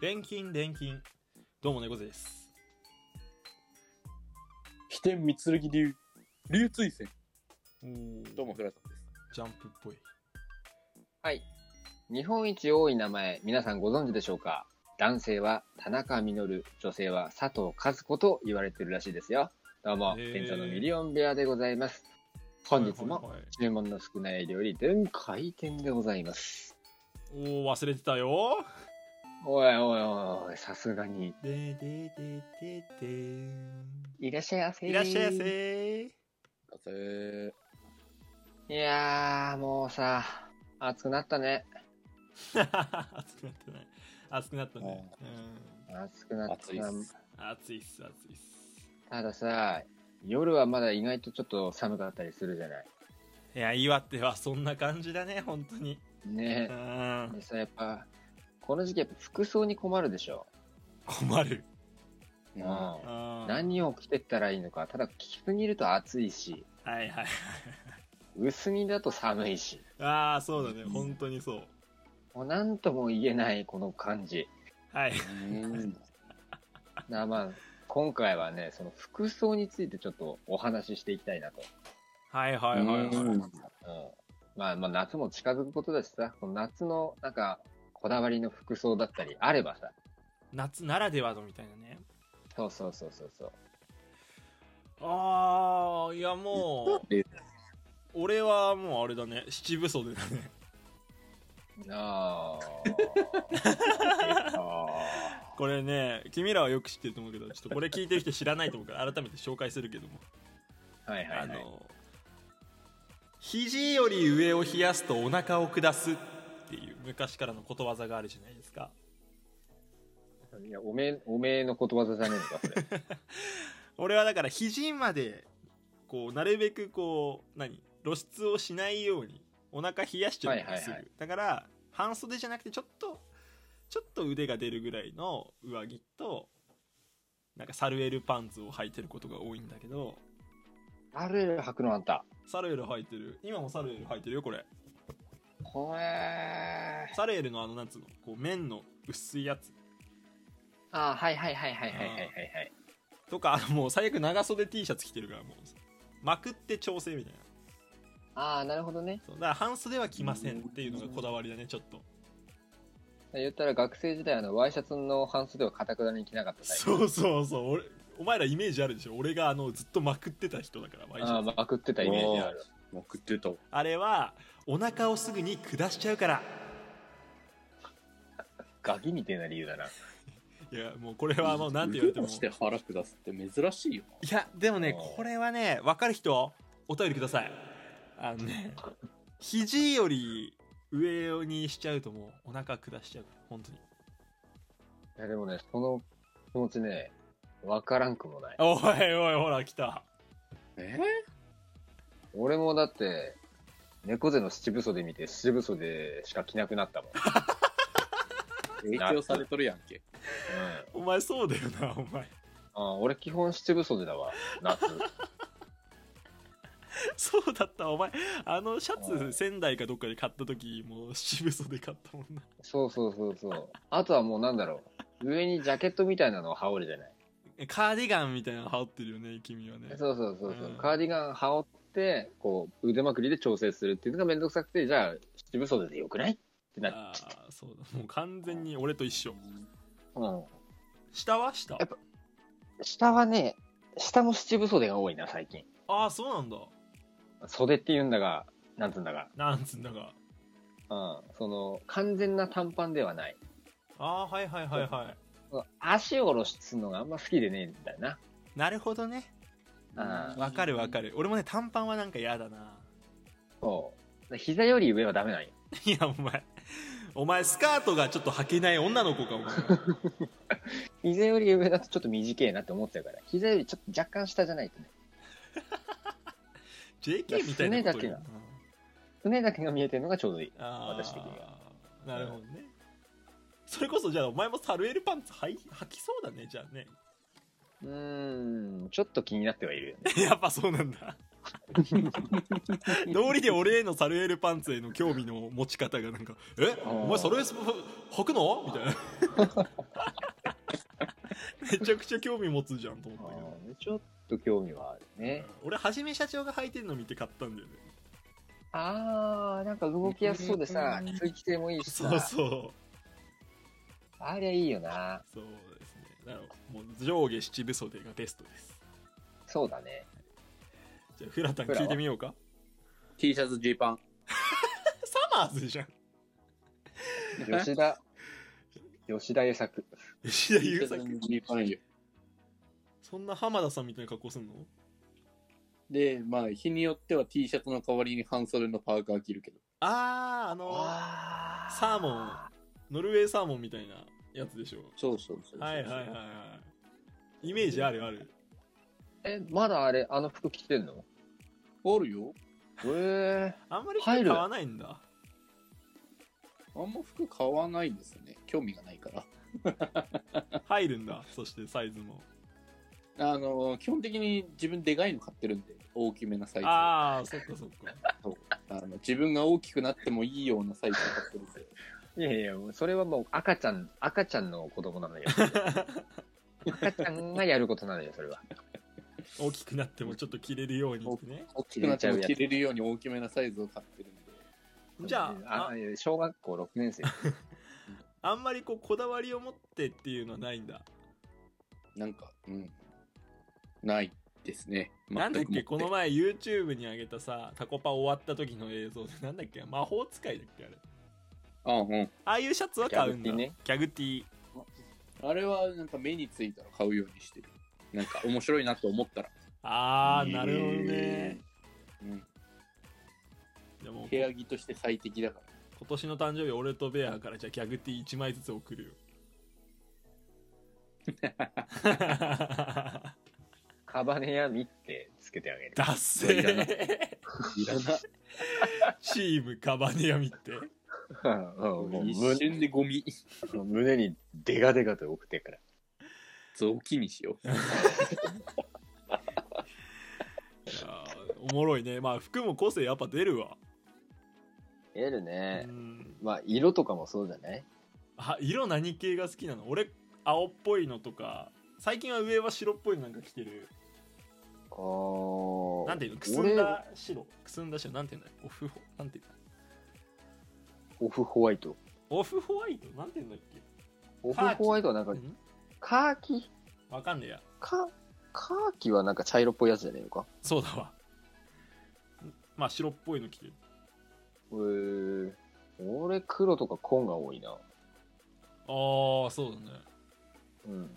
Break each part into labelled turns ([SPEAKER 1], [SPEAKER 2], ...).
[SPEAKER 1] 錬金錬金どうも猫背です
[SPEAKER 2] 飛天三剣流、流追戦。
[SPEAKER 1] おー
[SPEAKER 2] どうも、フラさんです。
[SPEAKER 1] ジャンプっぽい
[SPEAKER 3] はい。日本一多い名前、皆さんご存知でしょうか男性は田中実、女性は佐藤和子と言われてるらしいですよ。どうも、
[SPEAKER 1] へー
[SPEAKER 3] 店長のミリオンベアでございます。本日
[SPEAKER 1] は
[SPEAKER 3] も
[SPEAKER 1] いはいはい
[SPEAKER 3] 注文の少ない料理、全回転でございます。
[SPEAKER 1] おー忘れてたよ
[SPEAKER 3] おいおいおいおい、さすがに。
[SPEAKER 1] でででででん
[SPEAKER 3] いらっしゃいませ。
[SPEAKER 1] いらっしゃいませ。 ー
[SPEAKER 2] だぜ
[SPEAKER 3] いやー、もうさ、暑くなったね。
[SPEAKER 1] 熱くなってない熱くなったね
[SPEAKER 3] 暑くなっ。
[SPEAKER 2] 暑いったす。
[SPEAKER 1] うん熱いっす熱いっす
[SPEAKER 3] たださ、夜はまだ意外とちょっと寒かったりするじゃない。
[SPEAKER 1] いや岩手はそんな感じだね本当に
[SPEAKER 3] ね
[SPEAKER 1] うん
[SPEAKER 3] でさ、やっぱ、この時期やっぱ服装に困るでしょ。
[SPEAKER 1] 困る
[SPEAKER 2] う
[SPEAKER 3] うんん。
[SPEAKER 1] うん
[SPEAKER 3] 何を着てったらいいのか。ただ、着すぎると暑いし、
[SPEAKER 1] はいはい
[SPEAKER 3] 薄着だと寒いし。
[SPEAKER 1] ああそうだね本当にそう
[SPEAKER 3] もう何とも言えない、この感じ。
[SPEAKER 1] はい
[SPEAKER 2] うん。
[SPEAKER 3] なあまあ、今回はね、その服装についてちょっとお話ししていきたいなと。
[SPEAKER 1] はいはいはいはい
[SPEAKER 3] うん。まあまあ、夏も近づくことだしさ、この夏の、なんか、こだわりの服装だったりあればさ。
[SPEAKER 1] 夏ならではのみたいなね
[SPEAKER 3] そうそうそうそうそう。
[SPEAKER 1] ああいやもう俺はもうあれだね七分袖だね
[SPEAKER 3] あ あ。あ
[SPEAKER 1] これね君らはよく知ってると思うけどちょっとこれ聞いてる人知らないと思うから改めて紹介するけども
[SPEAKER 3] あ。はいはい、はい。
[SPEAKER 1] あの肘より上を冷やすとお腹を下すっていう昔からのことわざがあるじゃないですか
[SPEAKER 3] いや、おめえ、おめえのことわざじゃねえのか、それ。
[SPEAKER 1] 俺はだから肘までこうなるべくこう何露出をしないようにお腹冷やしちゃうようにする、
[SPEAKER 3] はいはい
[SPEAKER 1] だから半袖じゃなくてちょっとちょっと腕が出るぐらいの上着となんかサルエルパンツを履いてることが多いんだけど
[SPEAKER 3] ある履くのあんた。
[SPEAKER 1] サルエル履いてる今もサルエル履いてるよこれ
[SPEAKER 3] これ
[SPEAKER 1] サルエルのあのなんつうのこう面の薄いやつ
[SPEAKER 3] ああ、はいはいはいはいはいはいはいはい。
[SPEAKER 1] とかあのもう最悪長袖 T シャツ着てるからもうまくって調整みたいな
[SPEAKER 3] ああ、なるほどね。
[SPEAKER 1] そうだから半袖は着ませんっていうのがこだわりだねちょっと
[SPEAKER 3] 言ったら学生時代あのワイシャツの半袖はかたくなに着なかったタイプ。
[SPEAKER 1] そうそうそう俺お前らイメージあるでしょ俺があのずっとまくってた人だからワイシ
[SPEAKER 3] ああ、
[SPEAKER 1] ャツ
[SPEAKER 3] まくってたイメージある。
[SPEAKER 2] まくってたわ。
[SPEAKER 1] あれはお腹をすぐに下しちゃうから
[SPEAKER 3] ガキみたいな理由だな。
[SPEAKER 1] いやもうこれはもうなんて言われても
[SPEAKER 2] 腕をして腹下すって珍しいよ
[SPEAKER 1] いやでもね
[SPEAKER 3] うん
[SPEAKER 1] これはね分かる人お便りくださいあの ね肘より上にしちゃうともうお腹下しちゃうから本当に
[SPEAKER 3] いや、でもね、その気持ちね、わからんくもない。
[SPEAKER 1] おいおいほら来た
[SPEAKER 2] な。え
[SPEAKER 3] 俺もだって、猫背の七分袖見て七分袖しか着なくなったもん。
[SPEAKER 2] 影響されとるやんけ。
[SPEAKER 3] うん。
[SPEAKER 1] お前そうだよなお前
[SPEAKER 3] ああ、俺基本七分袖だわ、夏。
[SPEAKER 1] そうだったお前あのシャ
[SPEAKER 3] う
[SPEAKER 1] ツ
[SPEAKER 3] ん
[SPEAKER 1] 仙台かどっかで買った時もう渋袖で買ったもんな
[SPEAKER 3] そうそうそうそう。あとはもうなんだろう。上にジャケットみたいなのを羽織るじゃない。
[SPEAKER 1] カーディガンみたいなの羽織ってるよね君はね
[SPEAKER 3] そうそうそうそう、
[SPEAKER 1] うん
[SPEAKER 3] カーディガン羽織って、こう、腕まくりで調整するっていうのがめんどくさくて、じゃあ、七分袖でよくないってなっ
[SPEAKER 1] ああそうだもう完全に俺と一緒
[SPEAKER 3] うん。
[SPEAKER 1] 下は下
[SPEAKER 3] やっぱ下はね、下も七分袖が多いな、最近。
[SPEAKER 1] ああそうなんだ
[SPEAKER 3] 袖って言うんだが、なんつうんだが。
[SPEAKER 1] なんつうんだか
[SPEAKER 3] うん。その、完全な短パンではない。
[SPEAKER 1] ああーはいはいはいはい
[SPEAKER 3] 足を下ろすのがあんま好きでねえんだよな。
[SPEAKER 1] なるほどね
[SPEAKER 3] あ
[SPEAKER 1] わかるわかる俺もね短パンはなんか嫌だな
[SPEAKER 3] そう。膝より上はダメなんよ。
[SPEAKER 1] いやお前お前スカートがちょっと履けない女の子 かお前
[SPEAKER 3] 膝より上だとちょっと短いなって思っちゃうから。膝よりちょっと若干下じゃないとね。
[SPEAKER 1] JK みたいなこと言う
[SPEAKER 3] いやすねだけだ胸だけが見えてるのがちょうどいい。
[SPEAKER 1] ああ
[SPEAKER 3] 私的に
[SPEAKER 1] なるほどねそれこそじゃあお前もサルエルパンツ履い履きそうだねじゃあね
[SPEAKER 3] うーん、ちょっと気になってはいる よ ね。
[SPEAKER 1] やっぱそうなんだ道理で俺へのサルエルパンツへの興味の持ち方がなんか「えお前サルエルパンツ履くの?」みたいなめちゃくちゃ興味持つじゃんと思ったけど
[SPEAKER 3] あーちょっと興味はあるね。
[SPEAKER 1] 俺はじめ社長が履いてるの見て買ったんだよね
[SPEAKER 3] あー、なんか動きやすそうでさ、通気性もいいしさ。
[SPEAKER 1] そうそう
[SPEAKER 3] ありゃいいよな。
[SPEAKER 1] そうですねだからもう上下七分袖がベストです
[SPEAKER 3] そうだね。
[SPEAKER 1] じゃあフラタン聞いてみようか
[SPEAKER 2] T シャツ、ジーパン。
[SPEAKER 1] サマーズじゃん
[SPEAKER 3] 吉田、吉田栄作。
[SPEAKER 1] 吉田
[SPEAKER 2] T シ
[SPEAKER 1] 優
[SPEAKER 2] ャツ、
[SPEAKER 1] 作
[SPEAKER 2] ジーパンよ。
[SPEAKER 1] そんな浜田さんみたいな格好すんの
[SPEAKER 2] で、まあ、日によっては T シャツの代わりに半袖のパーカー着るけど。
[SPEAKER 1] あああの
[SPEAKER 3] あ
[SPEAKER 1] サーモンノルウェーサーモンみたいなやつでしょ
[SPEAKER 2] そうそうそうそう
[SPEAKER 1] はいはいはいはいイメージあるある
[SPEAKER 3] え、まだあれ、あの服着てんの
[SPEAKER 2] あるよ。
[SPEAKER 3] え
[SPEAKER 1] あんまり服買わないんだ
[SPEAKER 2] あんま服買わないですね。興味がないから。
[SPEAKER 1] 入るんだそしてサイズも
[SPEAKER 2] あのー基本的に自分でかいの買ってるんで、大きめなサイズ。あ
[SPEAKER 1] ああそっかそっか
[SPEAKER 2] の自分が大きくなってもいいようなサイズを買ってるん で。
[SPEAKER 3] ー。いやいや、もうそれはもう赤ちゃん、赤ちゃんの子供 なのよ。赤ちゃんがやることなのよ、それは。
[SPEAKER 1] 大きくなってもちょっと着れるようにってね
[SPEAKER 2] 大きくなっても着れるように大きめなサイズを買ってるんで。
[SPEAKER 1] じゃあ
[SPEAKER 3] あ小学校6年生。
[SPEAKER 1] ああんまりこうこだわりを持ってっていうのはないんだ
[SPEAKER 2] なんか、うん。ないですね。
[SPEAKER 1] なんだっ
[SPEAKER 2] 全くも
[SPEAKER 1] けこの前 YouTube に上げたさタコパ終わった時の映像でなんだっけ魔法使いだっけあれ
[SPEAKER 2] あ、うん。
[SPEAKER 1] ああいうシャツは買うんだ
[SPEAKER 3] ギャグティーね
[SPEAKER 1] ギャグティー
[SPEAKER 2] あれはなんか目についたら買うようにしてる。なんか面白いなと思ったら。
[SPEAKER 1] ああなるほどね
[SPEAKER 2] うん。
[SPEAKER 1] でも
[SPEAKER 2] 部屋着として最適だか
[SPEAKER 1] 今年の誕生日俺とベアからじゃあギャグティー1枚ずつ送るよ
[SPEAKER 3] カバネやミってつけてあげる。
[SPEAKER 1] ダッセ
[SPEAKER 2] いらな
[SPEAKER 1] ー
[SPEAKER 2] ら。いらな。
[SPEAKER 1] チームカバネヤミって
[SPEAKER 3] うん もう
[SPEAKER 2] 一瞬でゴ ミ。
[SPEAKER 3] 胸胸にデガデガと送ってから。
[SPEAKER 2] 雑巾にしよう。
[SPEAKER 1] いやーおもろいねまあ服も個性やっぱ出るわ、
[SPEAKER 3] える
[SPEAKER 1] う
[SPEAKER 3] ね。
[SPEAKER 1] ん、
[SPEAKER 3] まあ、色とかもそうじゃない
[SPEAKER 1] あ色何系が好きなの俺青っぽいのとか最近は上は白っぽいのなんか着てる
[SPEAKER 3] あ
[SPEAKER 1] なんていうのくすんだ白くすんだ白なんていうんだオフホなんていうんだ
[SPEAKER 3] オフホワイト。
[SPEAKER 1] オフホワイトなんていうんだっけ
[SPEAKER 3] オフホワイトはなんか
[SPEAKER 1] う、ん
[SPEAKER 3] カーキ
[SPEAKER 1] わかんねえや
[SPEAKER 3] カカーキはなんか茶色っぽいやつじゃねえのか
[SPEAKER 1] そうだわまあ白っぽいの着てる
[SPEAKER 3] へえ。俺黒とか紺が多いな。
[SPEAKER 1] ああそうだね
[SPEAKER 3] うん。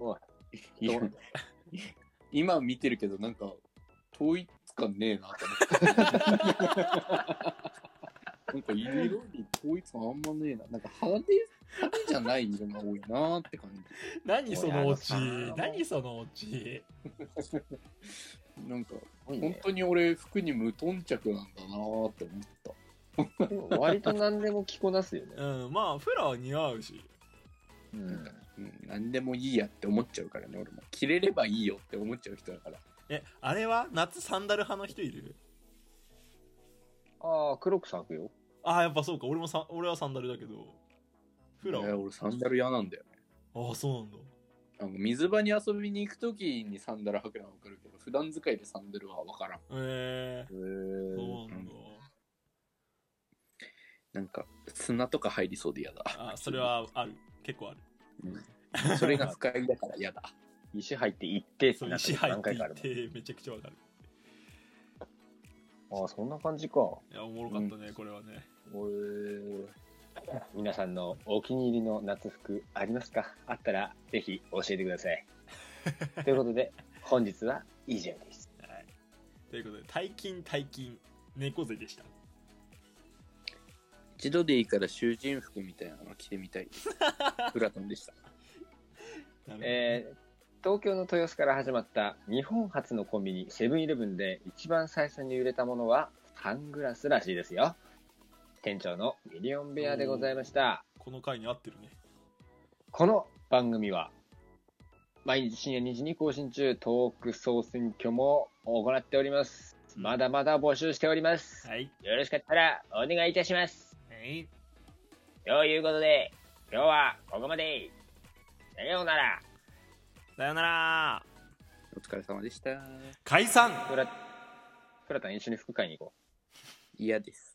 [SPEAKER 3] おい、どう
[SPEAKER 2] 今見てるけど、なんか、統一感ねえなと 思って。なんか色に統一感あんまねえな。なんか派手、派手じゃない色が多いなって感
[SPEAKER 1] 何そのオチ
[SPEAKER 3] おやだな
[SPEAKER 1] 何そのオチ
[SPEAKER 2] じ。なんか、
[SPEAKER 3] 多い
[SPEAKER 2] 本
[SPEAKER 3] ね
[SPEAKER 2] 当に俺、服に無頓着なんだなって思った。
[SPEAKER 3] でも割と何でも着こなすよね。
[SPEAKER 1] うんまあフラは似合うし
[SPEAKER 3] うん。
[SPEAKER 2] うん、何でもいいやって思っちゃうからね、俺も。着れればいいよって思っちゃう人だから。
[SPEAKER 1] えあれは夏サンダル派の人いる
[SPEAKER 3] ああ、黒く咲くよ。
[SPEAKER 1] ああやっぱそうか俺もさ俺はサンダルだけどフラ
[SPEAKER 2] いや
[SPEAKER 1] は
[SPEAKER 2] 俺サンダル嫌なんだよね。
[SPEAKER 1] ああそうなんだ
[SPEAKER 2] なんか水場に遊びに行くときにサンダル履くのはわかるけど、普段使いでサンダルはわからん。
[SPEAKER 1] ええ
[SPEAKER 3] へ
[SPEAKER 1] ー、
[SPEAKER 3] え。
[SPEAKER 1] そうなんだ
[SPEAKER 2] なんか、砂とか入りそうで嫌だ。
[SPEAKER 1] あそれはある結構ある
[SPEAKER 2] それが不快だから嫌だ。
[SPEAKER 3] 石入って行ってって
[SPEAKER 1] そう
[SPEAKER 3] なんか
[SPEAKER 1] 石入っ
[SPEAKER 3] 何
[SPEAKER 1] て
[SPEAKER 3] 回かあ
[SPEAKER 1] い
[SPEAKER 3] る
[SPEAKER 1] てめちゃくちゃわかる
[SPEAKER 3] もん。ああ、そんな感じか。
[SPEAKER 1] いやおもろかったね、これはね
[SPEAKER 3] おえ皆さんのお気に入りの夏服ありますかあったらぜひ教えてくだ さいということで本日は以上です
[SPEAKER 1] はいということで大金大金猫背でした
[SPEAKER 2] 一度でいいから囚人服みたいなの着てみたいです。 フラトンでした。
[SPEAKER 1] なるほど
[SPEAKER 3] えー東京の豊洲から始まった日本初のコンビニセブンイレブンで一番最初に売れたものはサングラスらしいですよ店長のミリオンベアでございました
[SPEAKER 1] この回に合ってるね
[SPEAKER 3] この番組は毎日深夜2時に更新中トーク総選挙も行っておりますまだまだ募集しております
[SPEAKER 1] はい
[SPEAKER 3] よろしかったらお願いいたします
[SPEAKER 1] はい
[SPEAKER 3] ということで今日はここまでさようなら
[SPEAKER 1] さよなら
[SPEAKER 2] お疲れ様でした。
[SPEAKER 1] 解散
[SPEAKER 3] プラプラタン一緒に服買いに行こう
[SPEAKER 2] 嫌です。